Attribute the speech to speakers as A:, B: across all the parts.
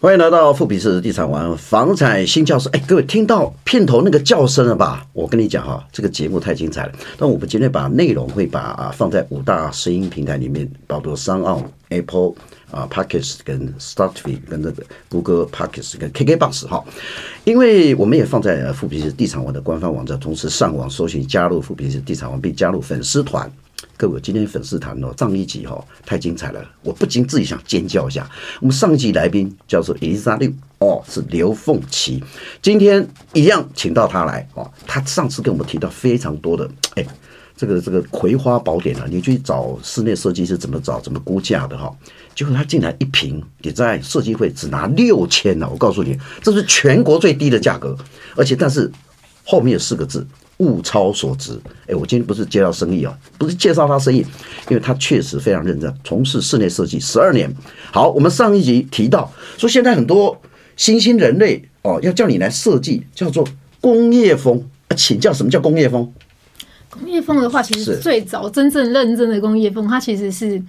A: 欢迎来到富比士地产王房产新教室。哎，各位听到片头那个叫声了吧？我跟你讲哈、这个节目太精彩了。那我们今天把内容会把啊放在五大声音平台里面，包括商澳、Apple 啊 p o c k e t 跟 s t a r t f e 跟那个 Google p o c k e t 跟 KKBox 哈。因为我们也放在呃富比士地产王的官方网站，同时上网搜寻加入富比士地产王，并加入粉丝团。各位，今天粉丝团哦，上一集哦太精彩了，我不禁自己想尖叫一下。我们上一集来宾叫做伊丽莎六哦，是刘凤琪，今天一样请到她来哦。她上次跟我们提到非常多的哎。这个这个《葵花宝典》啊，你去找室内设计师怎么找、怎么估价的哈、结果他竟然一瓶也在设计会只拿六千啊呢，我告诉你，这是全国最低的价格，而且但是后面有四个字“物超所值”。哎，我今天不是介绍生意啊，不是介绍他生意，因为他确实非常认真，从事室内设计十二年。好，我们上一集提到说，现在很多新兴人类哦，要叫你来设计，叫做工业风。啊请教什么叫工业风？
B: 工业风的话，其实
A: 是
B: 最早真正认真的工业风，它其实是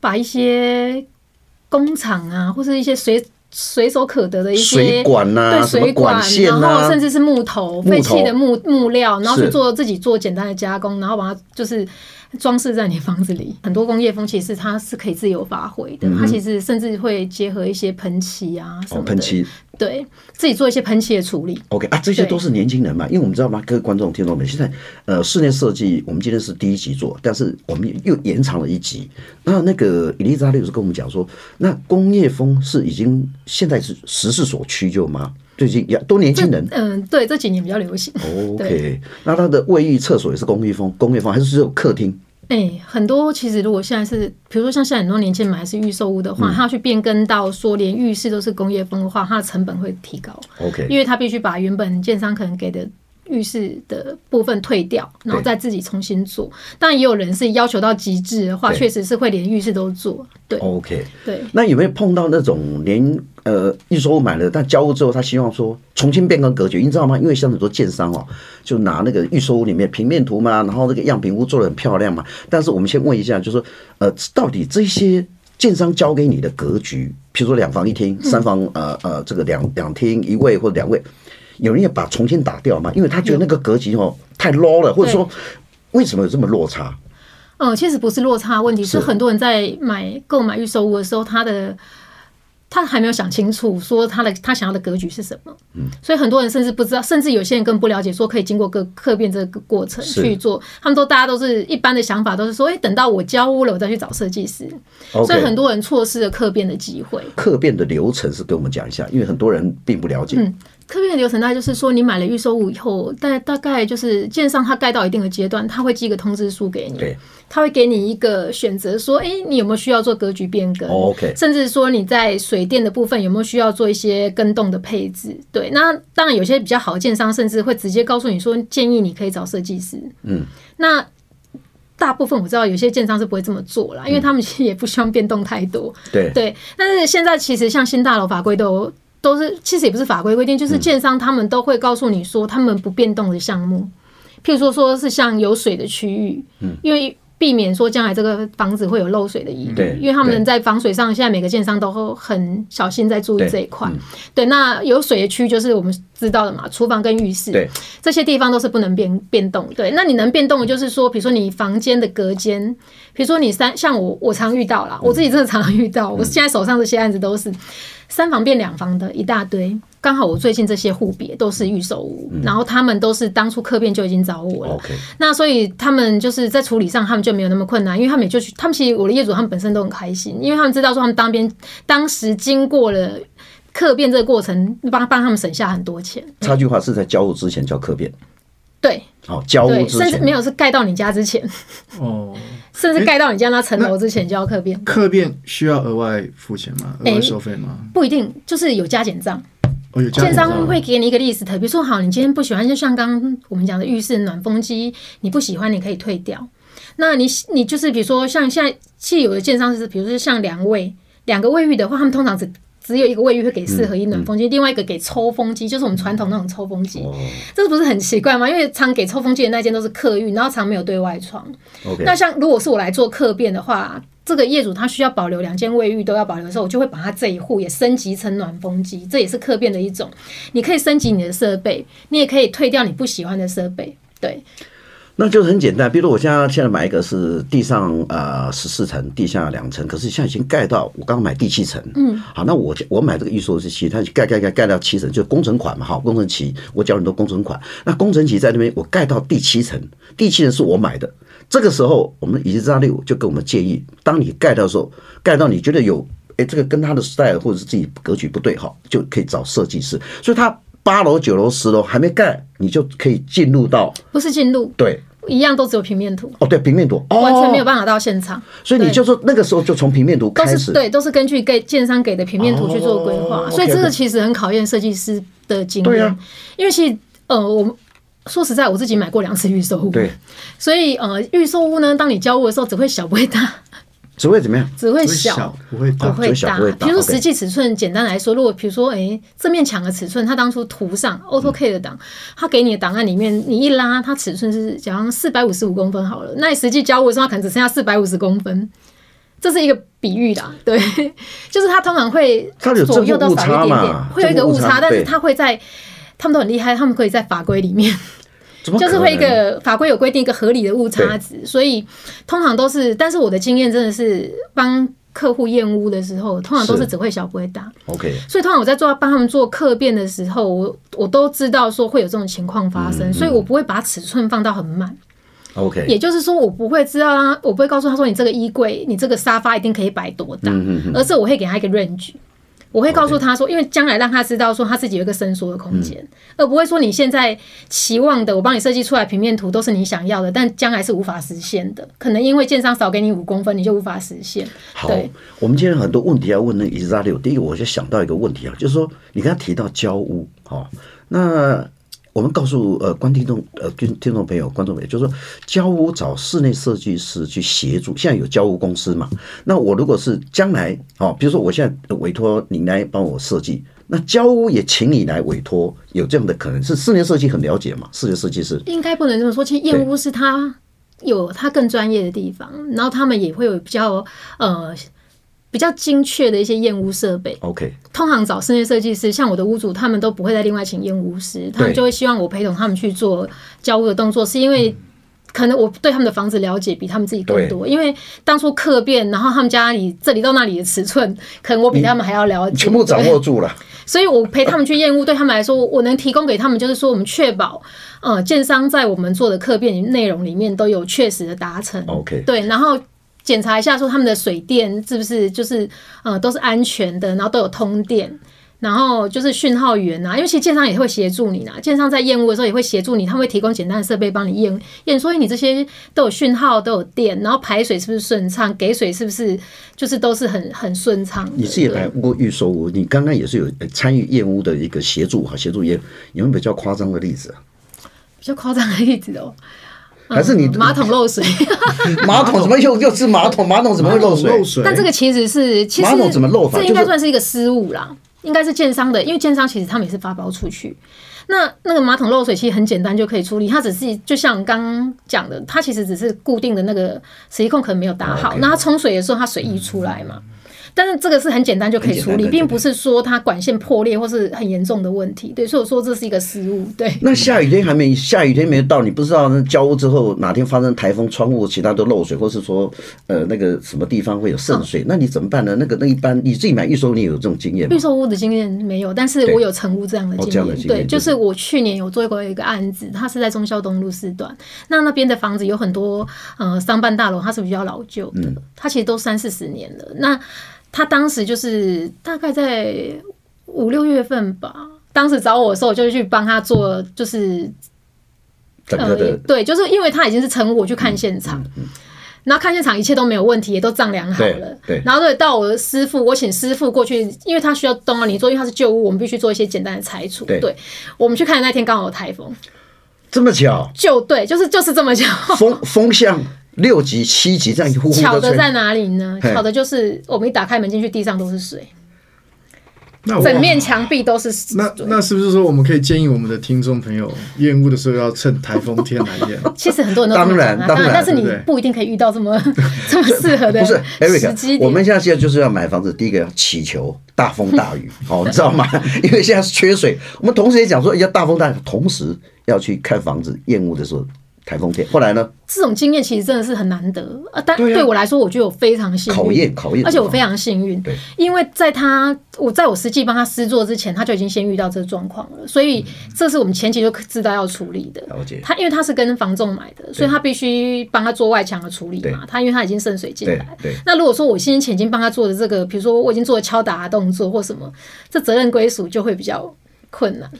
B: 把一些工厂啊，或是一些随随手可得的一些
A: 水管呐
B: 对
A: 什么
B: 水管，
A: 管线
B: 然
A: 呐
B: 后甚至是木头、
A: 木头
B: 废弃的木木料，然后
A: 是
B: 去做自己做简单的加工，然后把它就是装饰在你的房子里。 很多工业风其实它是可以自由发挥的，它其实甚至会结合一些喷漆啊
A: 嗯
B: 什
A: 哦，
B: 么的，
A: 喷漆。
B: 对自己做一些喷漆的处理。
A: OK 啊，这些
B: 对
A: 都是年轻人嘛，因为我们知道吗？各位观众、听众们，现在呃，室内设计我们今天是第一集做，但是我们又延长了一集。那那个伊丽莎六是跟我们讲说，那工业风是已经现在是时势所趋，就吗？最近也都年轻人。
B: 嗯，对，这几年比较流行。
A: OK，那它的卫浴、厕所也是工业风，工业风还是只有客厅？
B: 哎、很多其实如果现在是，比如说像现在很多年轻人买的是预售屋的话，它要去变更到说连浴室都是工业风的话，它的成本会提高
A: OK
B: 因为它必须把原本建商可能给的。浴室的部分退掉，然后再自己重新做。但也有人是要求到极致的话，
A: 对哦
B: 确实是会连浴室都做。对
A: OK，
B: 对，
A: 那有没有碰到那种连呃预售屋买了，但交屋之后他希望说重新变更格局，你知道吗？因为像很多建商哦，就拿那个预售屋里面平面图嘛，然后那个样品屋做的很漂亮嘛。但是我们先问一下，就是说呃，到底这些建商交给你的格局，譬如说两房一厅、
B: 嗯
A: 三房呃呃这个两两厅一卫或者两卫，有人也把重新打掉嘛？因为他觉得那个格局哦太 low 了，或者说为什么有这么落差？
B: 嗯，其实不是落差问题，是
A: 是
B: 很多人在买购买预售屋的时候，他的他还没有想清楚，说他的他想要的格局是什么。嗯，所以很多人甚至不知道，甚至有些人更不了解，说可以经过个客变这个过程
A: 是
B: 去做。他们都大家都是一般的想法，都是说，哎、等到我交屋了，我再去找设计师。
A: OK
B: 所以很多人错失了客变的机会。
A: 客变的流程是跟我们讲一下，因为很多人并不了解。
B: 嗯，客变的流程大概就是说，你买了预售屋以后，大大概就是建商他盖到一定的阶段，他会寄一个通知书给你。
A: 对，
B: 他会给你一个选择，说，哎、你有没有需要做格局变更、
A: 哦，OK
B: 甚至说你在水电的部分有没有需要做一些跟动的配置？对，那当然有些比较好的建商，甚至会直接告诉你说，建议你可以找设计师。嗯，那。大部分我知道有些建商是不会这么做啦，因为他们其实也不希望变动太多。
A: 对
B: 对，但是现在其实像新大楼法规都有都是，其实也不是法规规定，就是
A: 嗯
B: 建商他们都会告诉你说他们不变动的项目，譬如说说是像有水的区域，嗯，因为。避免说将来这个房子会有漏水的疑
A: 对
B: 虑，因为他
A: 对
B: 们在防水上，现在每个建商都会很小心在注意
A: 对嗯
B: 这一块。对，那有水的区域就是我们知道的嘛，厨房跟浴室。
A: 对，
B: 这些地方都是不能变变动。对，那你能变动的就是说，比如说你房间的隔间，比如说你三，像我我常遇到啦，我自己真的常遇到，我现在手上这些案子都是三房变两房的一大堆。刚好我最近这些户别都是预售屋，然后他们都是当初客变就已经找我了。
A: OK
B: 那所以他们就是在处理上，他们就没有那么困难，因为他们也就去，他们其实我的业主他们本身都很开心，因为他们知道说他们当边当时经过了客变这个过程，帮帮他们省下很多钱。
A: 插句话是在交屋之前叫客变，
B: 对，
A: 好、交屋
B: 对，
A: 之
B: 甚至
A: 前
B: 没有是盖到你家之前，
C: 哦，
B: 甚至盖到你家那层楼之前就要客变，
C: 客变需要额外付钱吗？额
B: 哎
C: 外收费吗？
B: 不一定就是有加减账。
C: 哦，有加
B: 建
C: 减
B: 商
C: 账
B: 会给你一个 list，比如说好，你今天不喜欢，就像刚刚我们讲的浴室暖风机，你不喜欢你可以退掉。那你你就是比如说像现在既有的建商是，比如说像两位两个卫浴的话，他们通常只只有一个卫浴会给四合一暖风
C: 嗯
B: 机，另外一个给抽风机，就是我们传统那种抽风
C: 哦
B: 机。这不是很奇怪吗？因为常给抽风机的那间都是客浴，然后常没有对外窗。
A: OK
B: 那像如果是我来做客变的话，这个业主他需要保留两间卫浴都要保留的时候，我就会把它这一户也升级成暖风机，这也是客变的一种。你可以升级你的设备，你也可以退掉你不喜欢的设备。对，
A: 那就是很简单，比如我现在现在买一个是地上啊十四层，地下两层，可是现在已经盖到我刚刚买第七层，嗯，好，那我我买这个预售是七，它就盖盖盖盖到七层，就工程款嘛，哈，工程期我交很多工程款，那工程期在那边我盖到第七层，第七层是我买的，这个时候我们以及扎六就给我们建议，当你盖到的时候，盖到你觉得有哎，这个跟他的 style 或者是自己格局不对哈，就可以找设计师，所以他八楼、九楼、十楼还没盖，你就可以进入到
B: 不是进入，
A: 对。
B: 一样都只有平面图，
A: 哦，对，平面图，哦，
B: 完全没有办法到现场。
A: 所以你
B: 对
A: 就说那个时候就从平面图
B: 都
A: 开
B: 是
A: 始，
B: 对，都是根据给建商给的平面图去做规划，
A: 哦
B: 所以这个
A: OK，OK
B: 其实很考验设计师的经
A: 对
B: 验。
A: 啊
B: 因为其实呃，我们说实在，我自己买过两次预售屋，
A: 对，
B: 所以呃，预售屋呢，当你交屋的时候，只会小不会大，
A: 只会怎么样？
B: 只会
C: 不会
B: 小
C: 小。不会
B: 不
C: 大，
B: 会
A: 只会小
B: 大
A: 不会，大
B: 比如说
A: OK
B: 实际尺寸，简单来说，如果比如说，诶，这面墙的尺寸，它当初图上
A: 嗯
B: AutoK 的档，它给你的档案里面，你一拉，它尺寸是假如四百五十五公分好了，那你实际交屋的时候，它可能只剩下四百五十公分，这是一个比喻啦，对， 就是它通常会
A: 它有
B: 左右到少一
A: 这个误
B: 点
A: 差
B: 点
A: 嘛，
B: 会有一个
A: 这个误
B: 误
A: 差
B: 差，但是
A: 对
B: 它会在，他们都很厉害，他们可以在法规里面。
A: 怎么
B: 就是会一
A: 可能
B: 个法规有规定一个合理的误差值，所以通常都是，但是我的经验真的是帮客户验屋的时候，通常都是
A: 是
B: 只会小不会大，
A: OK，
B: 所以通常我在做帮他们做客变的时候，我我都知道说会有这种情况发
A: 嗯
B: 生，所以我不会把尺寸放到很满，
A: OK，
B: 也就是说我不会知道他，我不会告诉他说你这个衣柜、你这个沙发一定可以摆多大，而是我会给他一个 range。我会告诉他说，因为将来让他知道说他自己有一个伸缩的空间，而不会说你现在期望的，我帮你设计出来平面图都是你想要的，但将来是无法实现的。可能因为建商少给你五公分，你就无法实现。
A: 好
B: 对，
A: 我们今天很多问题要问那个伊扎六。第一个，我就想到一个问题啊，就是说你刚才提到交屋，哦，那我们告诉呃观听众呃听听众朋友、观众朋友，就是说交屋找室内设计师去协助，现在有交屋公司嘛？那我如果是将来哦，比如说我现在委托你来帮我设计。那交屋也请你来委托，有这样的可能是室内设计很了解嘛？室内设计师
B: 应该不能这么说。其实验屋是他有他更专业的地方，然后他们也会有比较呃比较精确的一些验屋设备。
A: OK，
B: 通常找室内设计师，像我的屋主，他们都不会再另外请验屋师，他们就会希望我陪同他们去做交屋的动作，是因
A: 嗯
B: 为。可能我对他们的房子了解比他们自己更多，因为当初客变，然后他们家里这里到那里的尺寸，可能我比他们还要了解，
A: 全部掌
B: 对
A: 握住了。
B: 所以我陪他们去验屋，对他们来说，我能提供给他们就是说，我们确保呃，建商在我们做的客变内容里面都有确实的达成。
A: OK
B: 对，然后检查一下说他们的水电是不是就是呃都是安全的，然后都有通电。然后就是讯号源啊，因为其实建商也会协助你啦，建商在验屋的时候也会协助你，他们会提供简单的设备帮你验验，所以你这些都有讯号，都有电，然后排水是不是顺畅，给水是不是就是都是很很顺畅的。
A: 你自己
B: 对
A: 来过预售屋，你刚刚也是有呃参与验屋的一个协助哈，协助验有没有比较夸张的例子啊？
B: 比较夸张的例子哦，
A: 还是你
B: 嗯马桶漏水？
A: 马桶怎么又又是马桶？马桶怎么会漏水？
C: 漏 水，
B: 但这个其实是其实
A: 马桶怎么漏法
B: 这应
A: 就
B: 该
A: 是
B: 算是一个失误啦，应该是建商的，因为建商其实他们也是发包出去。那那个马桶漏水其实很简单就可以处理，它只是就像刚刚讲的，它其实只是固定的那个水力控可能没有打
A: 哦
B: 好，那它冲水的时候它水溢出来嘛。但是这个是很简单就可以处
A: 嗯很简
B: 理，
A: 单
B: 并不是说它管线破裂或是很严重的问题。对，所以我说这是一个失误。对，
A: 那下雨天还没下雨天没到，你不知道那交屋之后哪天发生台风，窗户其他都漏水，或是说呃那个什么地方会有渗水，那你怎么办呢？那个那一般你自己买预售，你有这种经验吗
B: 预？售屋的经验没有，但是我有成屋这样的经
A: 哦这
B: 验。
A: 样的经验
B: 对，
A: 就
B: 就是是我去年有做过一个案子，它是在忠孝东路四段，那那边的房子有很多呃商办大楼，它是比较老旧
A: 嗯
B: 的，它其实都三四十年了。那他当时就是大概在五六月份吧，当时找我的时候，我就去帮他做，就是
A: 整个
B: 呃，
A: 的嗯
B: 对，就是因为他已经是成屋，我去看现场。然后看现场一切都没有问题，也都丈量好了。
A: 对对
B: 然后对，到我的师傅，我请师傅过去，因为他需要东啊你做，因为他是旧屋，我们必须做一些简单的拆除。
A: 对
B: 我们去看的那天刚好有台风，
A: 这么巧，
B: 就对，就是就是这么巧。
A: 风风向六级七级这样一呼呼
B: 巧
A: 的
B: 的
A: 吹，
B: 在哪里呢？
A: 嘿
B: 巧的就是我们一打开门进去，地上都是水。
C: 那我
B: 整面墙壁都是水。
C: 那那是不是说我们可以建议我们的听众朋友，厌恶的时候要趁台风天来 演？
B: 其实很多人都这
A: 当
B: 么讲
A: 然
B: 啊，
A: 当然
B: 但是你
C: 对不对
B: 不一定可以遇 到这么这么适合的
A: 不是
B: 时机
A: Eric，
B: 点。
A: 我们现在现在就是要买房子，第一个要祈求大风大 雨，哦，你知道吗？ 因为现在是缺水，我们同时也讲说要大风大雨，同时要去看房子，厌恶的时候台风天。后来呢，
B: 这种经验其实真的是很难得，呃，但
A: 对啊
B: 对我来说，我觉得我非常幸运，
A: 考验考验
B: 而且我非常幸运
A: 对，
B: 因为在他我在我实际帮他施作之前，他就已经先遇到这个状况了，所以这是我们前期就知道要处理的。
A: 嗯了解
B: 他因为他是跟房仲买的，所以他必须帮他做外墙的处理
A: 对
B: 嘛，他因为他已经渗水进来了
A: 对对。
B: 那如果说我先前已经帮他做的这个，比如说我已经做了敲打的动作或什么，这责任归属就会比较困难。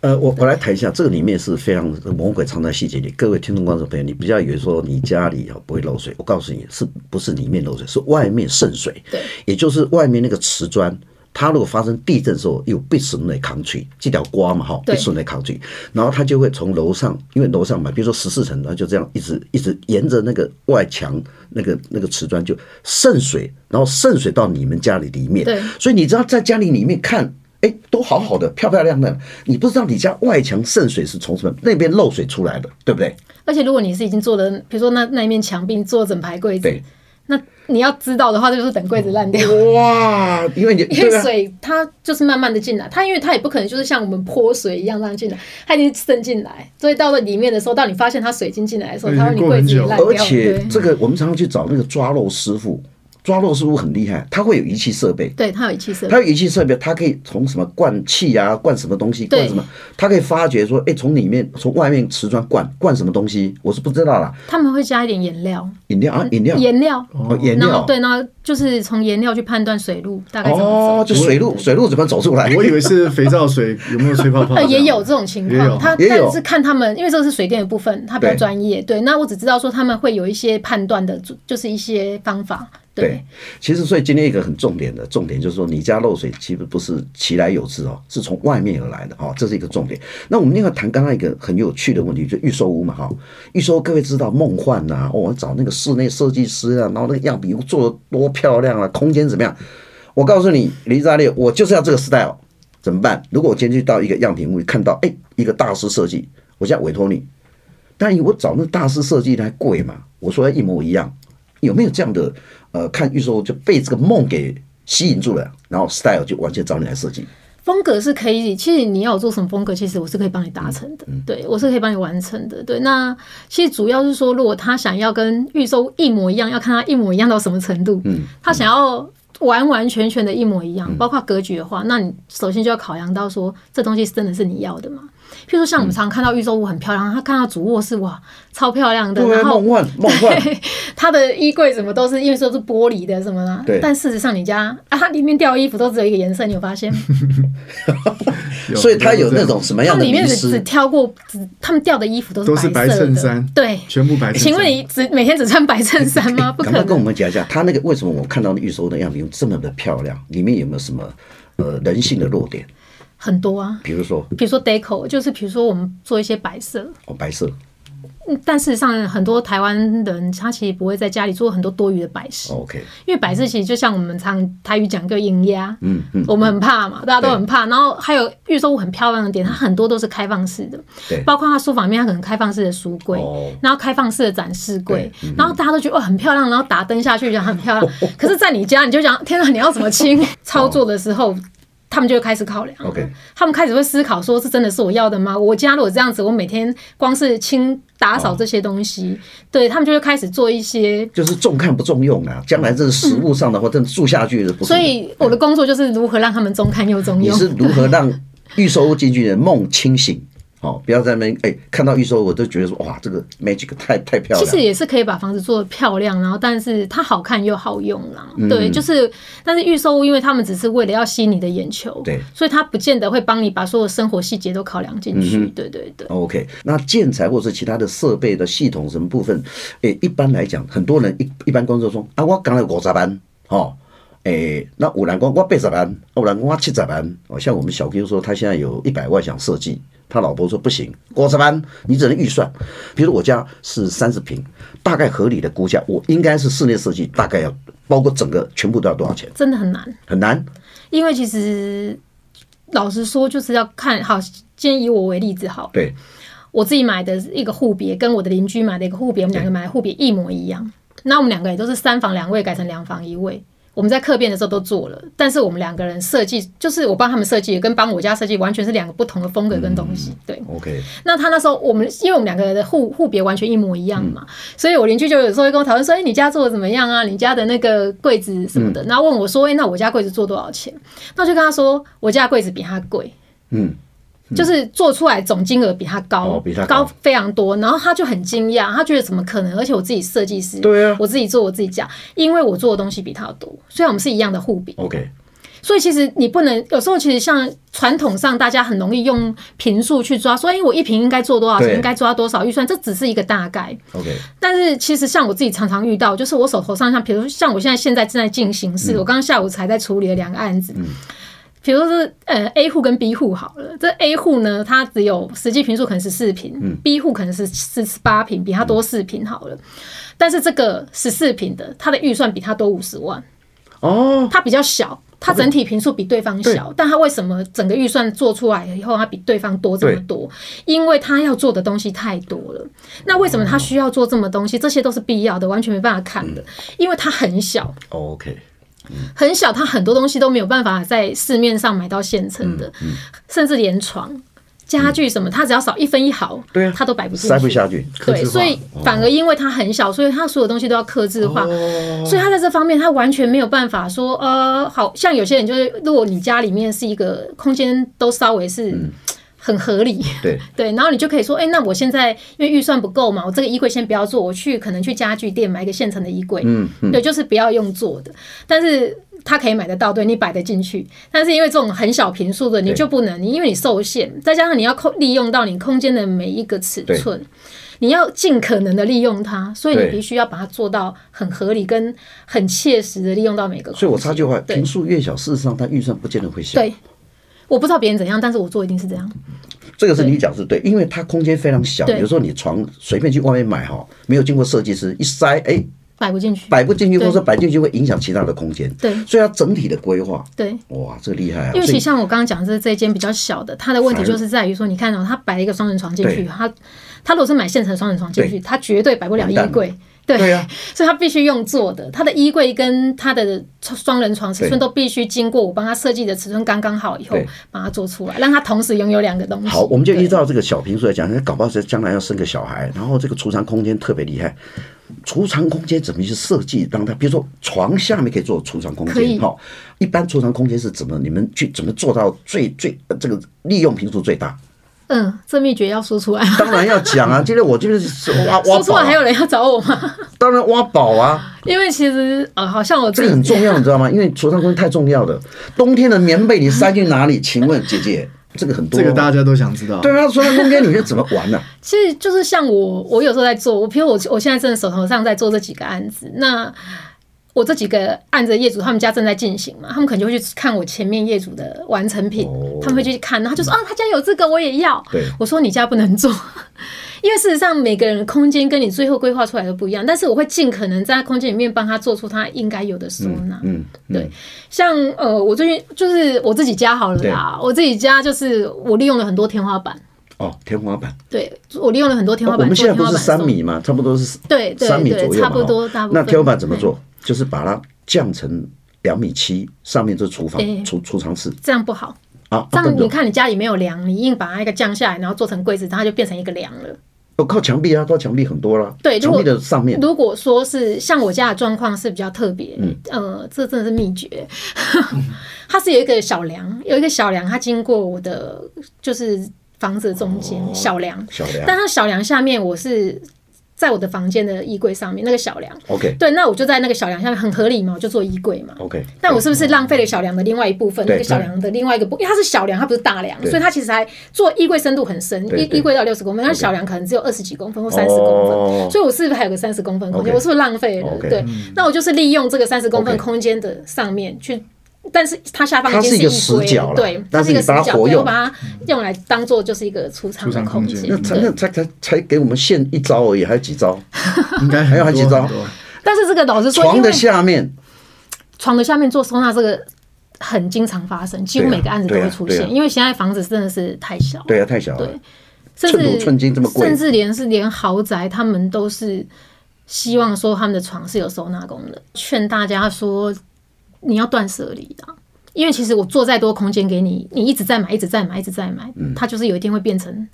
A: 呃，我我来谈一下，这个里面是非常魔鬼藏在细节里。各位听众观众朋友，你不要以为说你家里啊不会漏水，我告诉你，是不是里面漏水，是外面渗水。
B: 对，
A: 也就是外面那个瓷砖，它如果发生地震的时候，有被水来扛去，这条瓜嘛哈，
B: 对
A: 被水来扛去，然后它就会从楼上，因为楼上嘛，比如说十四层，它就这样一直一直沿着那个外墙那个那个瓷砖就渗水，然后渗水到你们家里里面。
B: 对
A: 所以你知道在家里里面看，哎，都好好的，漂漂亮亮的。你不知道你家外墙渗水是从什么那边漏水出来的，对不对？
B: 而且如果你是已经做的，比如说那那一面墙壁做整排柜子
A: 对，
B: 那你要知道的话，就是等柜子烂掉。
A: 啊哇，因为你
B: 因为
A: 对啊，
B: 水它就是慢慢的进来，它因为它也不可能就是像我们泼水一样让它进来，它已经渗进来，所以到了里面的时候，到你发现它水进进来的时候，
C: 对
B: 它会你柜子也烂掉。
A: 而且
B: 对，
A: 这个我们常常去找那个抓漏师傅，抓漏师傅很厉害，他会有仪器设备。
B: 对它有气色，
A: 他有仪器设备，他可以从什么灌气啊，灌什么东西，
B: 对
A: 灌什么，他可以发觉说，哎，从里面从外面瓷砖灌灌什么东西，我是不知道啦。
B: 他们会加一点颜料，
A: 饮料啊，饮料，
B: 颜料，
A: 哦，颜
B: 嗯然后
A: 料，
B: 对，然后就是从颜料去判断水路大概怎么走。
A: 哦，就水路，水路怎么走出来？
C: 我以为是肥皂水有没有吹泡泡这
B: 呃，
C: 样？
B: 也有这种情
C: 也有
B: 况，他
A: 也有
B: 但是看他们，因为这个是水电的部分，他比较
A: 对
B: 专业。对，那我只知道说他们会有一些判断的，就就是一些方法。
A: 对
B: 对，，
A: 其实所以今天一个很重点的重点就是说，你家漏水其实不是其来有之哦，是从外面而来的哦，这是一个重点。那我们另外谈刚刚一个很有趣的问题，就预售屋嘛哈，预售屋各位知道梦幻呐、哦，我找那个室内设计师啊，然后那个样品屋做的多漂亮啊，空间怎么样？我告诉你，李大烈，我就是要这个 style，怎么办？如果我今天去到一个样品屋，看到哎一个大师设计，我现在委托你，但我找那大师设计的还贵嘛？我说要一模一样，有没有这样的？呃，看预售就被这个梦给吸引住了，然后 style 就完全找你来设计。
B: 风格是可以，其实你要我做什么风格，其实我是可以帮你达成的，
A: 嗯
B: 对我是可以帮你完成的。对，那其实主要是说，如果他想要跟预售一模一样，要看他一模一样到什么程度，嗯，他想要。完完全全的一模
A: 嗯
B: 一样，包括格局的话，那你首先就要考量到说，这东西真的是你要的吗？譬如说，像我们常看到预售屋很漂亮，他看到主卧室哇，超漂亮的，
A: 对啊，
B: 然后
A: 梦 幻梦幻，
B: 他的衣柜什么都是因为说是玻璃的什么啦
A: 对，
B: 但事实上你家啊，它里面掉的衣服都只有一个颜色，你有发现吗？
C: 有，
A: 所以它有那种什么
B: 他
A: 样
B: 们
A: 的
B: 里
A: 迷
B: 面只只
A: 失？
B: 挑过，只他们掉的衣服都是
C: 都是白
B: 白色的
C: 衬衫
B: 对，
C: 全部白衬衫。
B: 请问你只每天只穿白衬衫 吗？不可
A: 赶快跟我
B: 能。
A: 们讲一下，他那个为什么我看到的预售的样品这么的漂亮？里面有没有什么呃人性的弱点？
B: 很多啊，
A: 比如说
B: 比如说 deco，就是比如说我们做一些摆设，
A: 哦白色
B: 嗯但事实上很多台湾人他其实不会在家里做很多多余的摆饰，
A: 哦，OK，
B: 因为摆设其实就像我们常台语讲个银压，
A: 嗯嗯，
B: 啊我们很怕嘛，大家都很怕。然后还有预售物很漂亮的点，它很多都是开放式的
A: 对，
B: 包括它书房里面它可能开放式的书柜
A: 哦，嗯
B: 然后开放式的展示柜，然后大家都觉得哇很漂亮，然后打灯下去就很
A: 哦
B: 漂亮。可是，在你家你就想，天哪，你要怎么清操作的时候？他们就会开始考量
A: 哦 OK
B: 他们开始会思考，说是真的是我要的吗？我家如果这样子，我每天光是清打
A: 哦
B: 扫这些东西，对他们就会开始做一些
A: 就是重看不重用啊。将来这是实物上的话，真的住下去的不是
B: 所
A: 你。
B: 以我的工作就是如何让他们中看又中
A: 你
B: 用。
A: 是如何让预售屋进去的梦清醒？哦，不要在那边哎、看到预售我都觉得说哇，这个 magic 太太漂亮。
B: 其实也是可以把房子做的漂亮，然后但是它好看又好用啦。
A: 嗯
B: 对，就是但是预售屋，因为他们只是为了要吸你的眼球，
A: 对，
B: 所以它不见得会帮你把所有生活细节都考量进
A: 嗯
B: 去。对对对，
A: OK，那建材或者是其他的设备的系统什么部分，诶、一般来讲，很多人一一般工作说啊，我刚才五十万，哦，诶、那有人讲我八十万，啊有人讲我七十万，哦，像我们小 Q 说他现在有一百万想设计，他老婆说不行，五十万你只能预算，比如我家是三十平，大概合理的估价，我应该是室内设计，大概要包括整个全部都要多少钱，
B: 真的很难，
A: 很难，
B: 因为其实老实说，就是要看好。先以我为例子好了，
A: 对，
B: 我自己买的一个护别，跟我的邻居买的一个护别，我们两个买的护别一模一样。那我们两个也都是三房两卫改成两房一卫。我们在客变的时候都做了，但是我们两个人设计，就是我帮他们设计，跟帮我家设计完全是两个不同的风格跟东西。对，
A: ，OK，
B: 那他那时候我们因为我们两个的户户别完全一模一样
A: 嗯
B: 嘛，所以我邻居就有时候会跟我讨论说：“哎、你家做的怎么样啊？你家的那个柜子
A: 嗯
B: 什么的。然后问我说：“哎、那我家柜子做多少钱？”那我就跟他说：“我家柜子比他贵。”
A: 嗯，
B: 就是做出来总金额比他高，
A: 哦比他高
B: 高非常多。然后他就很惊讶，他觉得怎么可能？而且我自己设计师，
A: 对啊
B: 我自己做我自己讲，因为我做的东西比他多，虽然我们是一样的互比。
A: ，OK，
B: 所以其实你不能，有时候其实像传统上大家很容易用平数去抓，说，哎、我一平应该做多少
A: 对
B: 钱，应该抓多少预算，这只是一个大概。
A: OK，
B: 但是其实像我自己常常遇到，就是我手头上像，比如说像我现在现在正在进行式，我刚刚下午才在处理了两个案子。比如说是呃 A 户跟 B 户好了，这 A 户呢，它只有实际平数可能是四平、b 户可能是四十八平，比它多四平好了。但是这个十四平的，它的预算比它多五十万，
A: 哦，
B: 它比较小，它整体平数比对方小，但它为什么整个预算做出来以后，它比对方多这么多？因为它要做的东西太多了。那为什么它需要做这么东西？这些都是必要的，完全没办法砍
A: 嗯
B: 的，因为它很小，
A: ，OK，
B: 很小，它很多东西都没有办法在市面上买到现成的，
A: 嗯
B: 甚至连床。家具什么，它只要少一分一毫，
A: 对啊
B: 它都摆不进去，
A: 塞不下去，
B: 对，
C: 制化
B: 所以反而因为它很小，所以它所有东西都要克制化，所以它在这方面它完全没有办法说，呃，好像有些人就是，如果你家里面是一个空间都稍微是很合理。
A: 对，
B: 对，然后你就可以说，哎、那我现在因为预算不够嘛，我这个衣柜先不要做，我去可能去家具店买一个现成的衣柜，
A: 嗯嗯，
B: 对，就是不要用做的，但是它可以买得到，对你摆得进去。但是因为这种很小平数的，你就不能，你因为你受限，再加上你要空利用到你空间的每一个尺
A: 对
B: 寸，你要尽可能的利用它，所以你
A: 对
B: 必须要把它做到很合理跟很切实的利用到每个空间。
A: 所以我插句话，
B: 对
A: 平数越小，事实上它预算不见得会小，
B: 对，我不知道别人怎样，但是我做一定是这样。
A: 这个是你讲是对，因为它空间非常小，
B: 对
A: 有时候你床随便去外面买哈，没有经过设计师一塞，哎，
B: 摆不进去，
A: 摆不进去，
B: 对
A: 或者摆进去会影响其他的空间，
B: 对
A: 所以它整体的规划，
B: 对。
A: 哇，这个厉害啊！
B: 因为
A: 所
B: 其
A: 以
B: 实像我刚刚讲的是这一间比较小的，它的问题就是在于说，你看哦，他摆了一个双人床进去，
A: 对
B: 他他如果是买现成的双人床进去，他绝对摆不了衣柜。对
A: 对啊
B: 所以他必须用做的，他的衣柜跟他的双人床尺
A: 对
B: 寸都必须经过我帮他设计的尺寸刚刚好以后
A: 对，
B: 把它做出来，让他同时拥有两个东西。
A: 好，我们就
B: 对
A: 依照这个小平数来讲，那搞不好是将来要生个小孩，然后这个储藏空间特别厉害。储藏空间怎么去设计，让它比如说床下面可以做储藏空
B: 可
A: 间，
B: 以
A: 哈、一般储藏空间是怎么？你们去怎么做到最最、呃这个利用平数最大？
B: 嗯，这秘诀要说出来。
A: 当然要讲 啊，今天我就是挖挖
B: 说出
A: 宝、
B: 来还有
A: 啊，
B: 人要找我吗？
A: 当然挖宝啊，
B: 因为其实呃，好像我自
A: 这个
B: 己
A: 很重要，你知道吗？因为储藏空间太重要了。冬天的棉被你塞去哪里？请问姐姐，这个很多、
C: 这个大家都想知道。
A: 对啊，储藏空间里面怎么玩呢、
B: 其实就是像我，我有时候在做，我比如我我现在正手头上在做这几个案子，那我这几个案子的业主他们家正在进行嘛，他们可能就会去看我前面业主的完成品，
A: 哦
B: 他们会去看，然后就说啊，他家有这个我也要
A: 对，
B: 我说你家不能做， 因为事实上每个人的空间跟你最后规划出来的不一样，但是我会尽可能在他空间里面帮他做出他应该有的收纳，
A: 嗯，
B: 对，像呃，我最近就是我自己家好了啦，我自己家就是我利用了很多天花板。
A: 哦，天花板。
B: 对，我利用了很多天花
A: 哦我
B: 板
A: 们
B: 做
A: 现在
B: 天
A: 都
B: 花
A: 是
B: 板
A: 三
B: 送。
A: 米嘛，差不多是
B: 对对
A: 三米左右嘛
B: 对差不多
A: 哈
B: 大部分
A: 那天花板怎么做？就是把它降成两米七，上面就是厨房
B: 对、
A: 储储藏室
B: 这样不好，
A: 啊。
B: 这样
A: 不
B: 你
A: 能
B: 看你家里没有梁，你硬把它一个降下来，然后做成柜子，它就变成一个梁了。
A: 哦，靠墙壁啊，靠墙壁很多啦。
B: 对如
A: 墙
B: 果
A: 壁的上面。嗯
B: 如果说是像我家的状况是比较特别，呃，这真的是秘诀。 它是有一个小梁，有一个小梁，它经过我的就是房子的中间、小梁，
A: 哦小梁
B: 但它小梁下面我是在我的房间的衣柜上面那个小梁，
A: ，OK
B: 对，那我就在那个小梁下面很合理嘛，我就做衣柜嘛。
A: OK，
B: 但我是不是浪费了小梁的另外一部分？
A: 对
B: 那个小梁的另外一个部，因为它是小梁，它不是大梁，
A: 对
B: 所以它其实还做衣柜深度很深，
A: 对
B: 衣
A: 对
B: 衣柜到六十公分，但小梁可能只有二十几公分或三十公
A: 哦
B: 分，所以我是不是还有个三十公分空间？
A: OK
B: 我是不是浪费了？
A: OK
B: 对，
C: 嗯
B: 那我就是利用这个三十公分
A: OK
B: 空间的上面去。但是它下方已
A: 它是
B: 经
A: 一个
B: 衣柜
A: 死角
B: 了，
A: 了
B: 对，它
A: 但
B: 是
A: 是
B: 一个
A: 你
B: 死
A: 把它
B: 角，
A: 活
B: 对，
A: 用
B: 我把它用来当做就是一个储藏
C: 储
B: 的
C: 藏
B: 空
C: 空间
A: 那才那才才才给我们限一招而已，还有几招？
C: 应该
A: 还有
C: 很
A: 还有几
C: 多
A: 招
C: 很多。
B: 但是这个老实说，
A: 床
B: 因为
A: 的下面
B: 床的下面做收纳这个很经常发生，几乎
A: 对啊
B: 每个案子都
A: 对啊
B: 会出
A: 对
B: 现，
A: 啊
B: 因为现在房子真的是太小，
A: 对啊，太小了
B: 对，甚
A: 寸
B: 至
A: 土寸金这么贵
B: 甚至连是连豪宅，他们都是希望说他们的床是有收纳功能，劝大家说你要断舍离的啊。因为其实我做再多空间给你，你一直在买，一直在买，一直在买，
A: 嗯
B: 它就是有一天会变成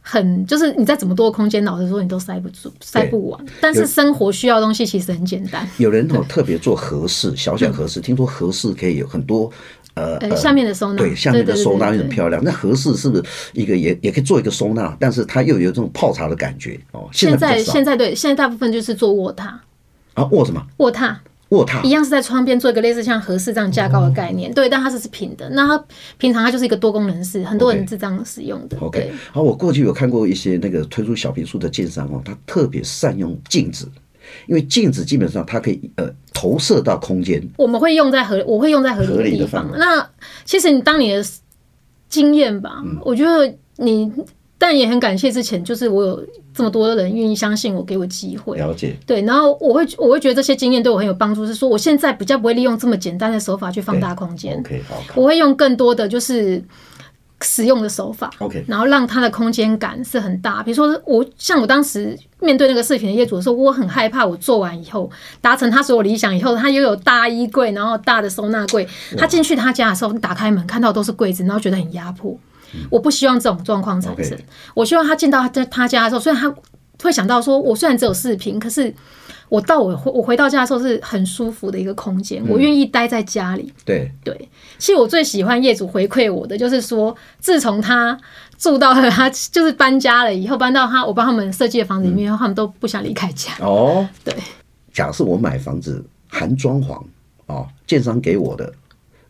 B: 很，就是你再怎么多的空间，老实说你都塞不住，塞不完。但是生活需要的东西其实很简单，
A: 有人哦特别做合适，小小合适，听说合适可以有很多呃
B: 嗯呃，下面的收纳，
A: 对，下面的
B: 对对
A: 收纳
B: 对
A: 也
B: 对
A: 很漂亮。那合适是不是一个也也可以做一个收纳，但是它又有这种泡茶的感觉哦。
B: 现
A: 在
B: 在
A: 比较少
B: 现在对，现在大部分就是做卧榻，
A: 啊，卧什么
B: 卧榻
A: 卧榻
B: 一样是在窗边做一个类似像合适这样架高的概念，对，但它是是平的。那它平常它就是一个多功能室，很多人
A: OK
B: 是这样使用的。
A: ？OK，
B: 对，
A: 好，我过去有看过一些那个推出小别墅的建商哦，他特别善用镜子，因为镜子基本上它可以呃投射到空间，
B: 我们会用在合，我会用在合
A: 合理
B: 理
A: 的
B: 的地
A: 范
B: 方。
A: 围
B: 那其实你当你的经验吧，
A: 嗯
B: 我觉得你，但也很感谢之前就是我有这么多人愿意相信我，给我机会。
A: 了解。
B: 对，然后我会我会觉得这些经验对我很有帮助，是说我现在比较不会利用这么简单的手法去放大空间。
A: OK，好，好
B: 我会用更多的就是使用的手法
A: OK
B: 然后让它的空间感是很大。比如说我像我当时面对那个视频的业主的时候，我很害怕，我做完以后达成他所有理想以后，他又有大衣柜，然后大的收纳柜，
A: 嗯
B: 他进去他家的时候，你打开门看到都是柜子，然后觉得很压迫。我不希望这种状况产生
A: OK
B: 我希望他进到他他家的时候，虽然他会想到说，我虽然只有视频，可是我到我回我回到家的时候是很舒服的一个空间，
A: 嗯
B: 我愿意待在家里。
A: 对，
B: 对，其实我最喜欢业主回馈我的，就是说，自从他住到了他就是搬家了以后，搬到他我帮他们设计的房子里面，他们都不想离开家。
A: 哦，
B: 对，
A: 假设我买房子含装潢啊，建商给我的，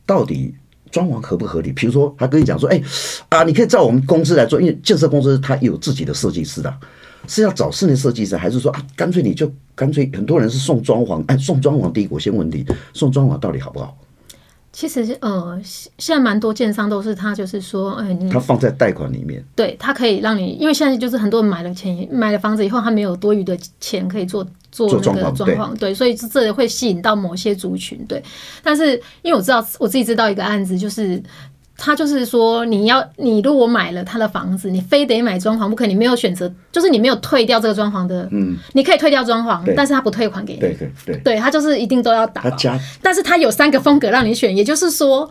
A: 到底装潢合不合理？比如说，他跟你讲说，哎、啊，你可以照我们公司来做，因为建设公司它有自己的设计师的、是要找室内设计师，还是说啊，干脆你就干脆很多人是送装潢，哎，送装潢第一，我先问你，送装潢到底好不好？
B: 其实呃，现现在蛮多建商都是他就是说，哎、你
A: 它放在贷款里面，
B: 对他可以让你，因为现在就是很多人买了钱，买了房子以后，他没有多余的钱可以做做
A: 做
B: 那个
A: 装潢
B: 装潢，对，所以这这会吸引到某些族群，对。但是因为我知道我自己知道一个案子，就是他就是说你要你如果买了他的房子，你非得买装潢不可，你没有选择，就是你没有退掉这个装潢的，嗯，你可以退掉装潢
A: 对，
B: 但是他不退款给你，
A: 对对对，
B: 对他就是一定都要打
A: 他
B: 包，
A: 加
B: 但是他有三个风格让你选，也就是说。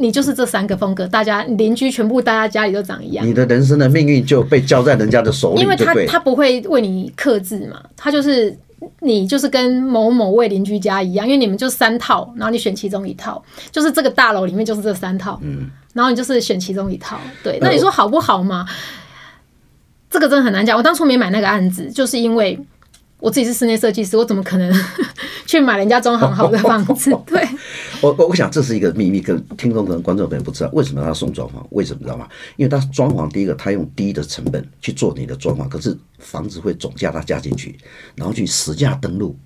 B: 你就是这三个风格，大家邻居全部大家家里都长一样。
A: 你的人生的命运就被交在人家的手里，
B: 因为
A: 对
B: 他
A: 不对？
B: 他不会为你克制嘛，他就是你就是跟某某位邻居家一样，因为你们就三套，然后你选其中一套，就是这个大楼里面就是这三套，嗯，然后你就是选其中一套，
A: 哦
B: 对，那你说好不好嘛？这个真的很难讲。我当初没买那个案子，就是因为我自己是室内设计师，我怎么可能 去买人家装潢好的房子？ 对，
A: 我我我想这是一个秘密，跟听众跟观众朋友不知道为什么他送装潢，为什么知道吗？因为他装潢第一个，他用低的成本去做你的装潢，可是房子会总价他加进去，然后去实价登录，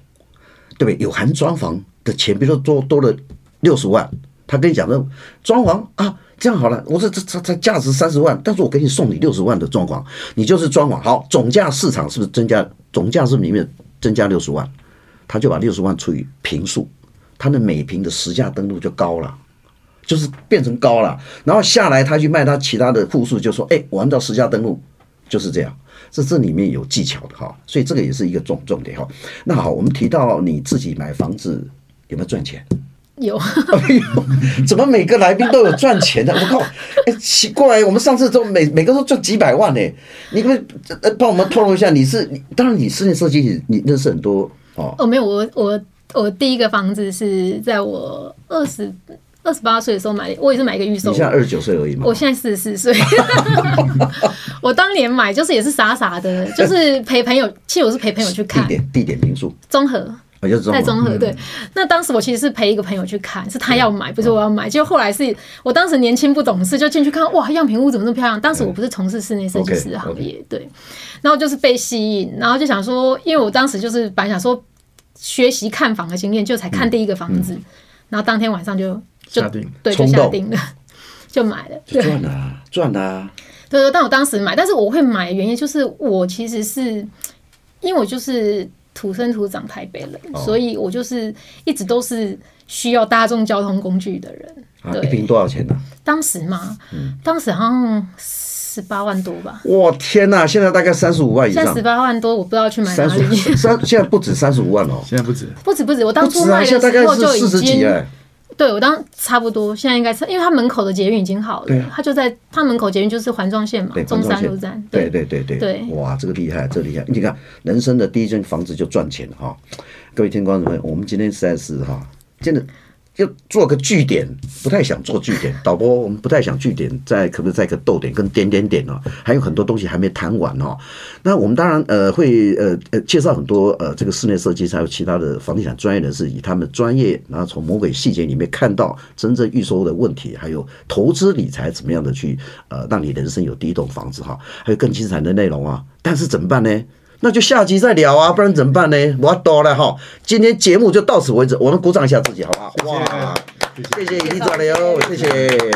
A: 对不对？有含装潢的钱，比如说多多了六十万，他跟你讲说装潢啊，这样好了，我这这这这价值三十万，但是我给你送你六十万的装潢，你就是装潢好，总价市场是不是增加？总价是不是里面增加六十万，他就把六十万除以平数，他的每平的实价登录就高了。就是变成高了，然后下来他去卖他其他的户数，就说：“哎、我按照实价登录，就是这样。”这这里面有技巧的哈，所以这个也是一个重重点哈。那好，我们提到你自己买房子有没有赚钱？
B: 有。
A: 哎呦，怎么每个来宾都有赚钱的？我靠，哎，奇怪，我们上次都每每个都赚几百万呢、你可不可以呃帮我们透露一下？你是你当然你室内设计，你认识很多哦，
B: 哦，没有，我我我第一个房子是在我二十二十八岁的时候买的，我也是买一个预售
A: 你
B: 屋。
A: 现在二十九岁而已嘛
B: 我。现在四十四岁，我当年买就是也是傻傻的，就是陪朋友，其实我是陪朋友去
A: 地
B: 看
A: 点地点民宿，
B: 综合。
A: 我就知道
B: 在综合对，那当时我其实是陪一个朋友去看，是他要买，不是我要买。就后来是我当时年轻不懂事，就进去看，哇，样品屋怎么这么漂亮？当时我不是从事室内设计师
A: OK，OK
B: 行业，对，然后就是被吸引，然后就想说，因为我当时就是本来想说学习看房的经验，就才看第一个房子，然后当天晚上就就
C: 下定
B: 对，就
A: 冲
B: 下
A: 动
B: 定了，就买了，
A: 就赚啦，赚啦。
B: 对对，但我当时买，但是我会买的原因就是我其实是因为我就是土生土长台北人，
A: 哦
B: 所以我就是一直都是需要大众交通工具的人。
A: 啊，
B: 对
A: 一嗯瓶多少钱呢、
B: 当时嘛，当时好像十八万多吧，
A: 我天哪、现在大概三十五万以
B: 现在
A: 上
B: 十，八万啊多，我不知道去买
A: 三
B: 哪
A: 十
B: 里。
A: 三现在不止三十五万哦，
C: 现在不止，
B: 不止不止，我
A: 不
B: 当初
A: 止啊，
B: 卖
A: 现
B: 的
A: 在大概
B: 时候就是已
A: 四十几
B: 经，
A: 哎，
B: 对我当差不多，现在应该是因为他门口的捷运已经好
A: 对
B: 了
A: 啊，
B: 他就在他门口捷运就是环状线嘛
A: 对，，
B: 中山路
A: 环状
B: 站
A: 线，对对对对，
B: 对
A: 哇，这个厉害，这个厉害！你看，人生的第一间房子就赚钱了哈、各位听观众朋友，我们今天实在是哈、真的要做个据点，不太想做据点。导播，我们不太想据点，在可不可以再个逗点跟点点点哦，还有很多东西还没谈完哦。那我们当然呃会呃呃介绍很多呃这个室内设计师还有其他的房地产专业人士，以他们专业，然后从魔鬼细节里面看到真正预售的问题，还有投资理财怎么样的去呃让你人生有第一栋房子哈、还有更精彩的内容啊。但是怎么办呢？那就下集再聊啊，不然怎么办呢？我多了哈，今天节目就到此为止，我们鼓掌一下自己好不好？哇，
C: 谢谢
A: 谢谢李长流，谢谢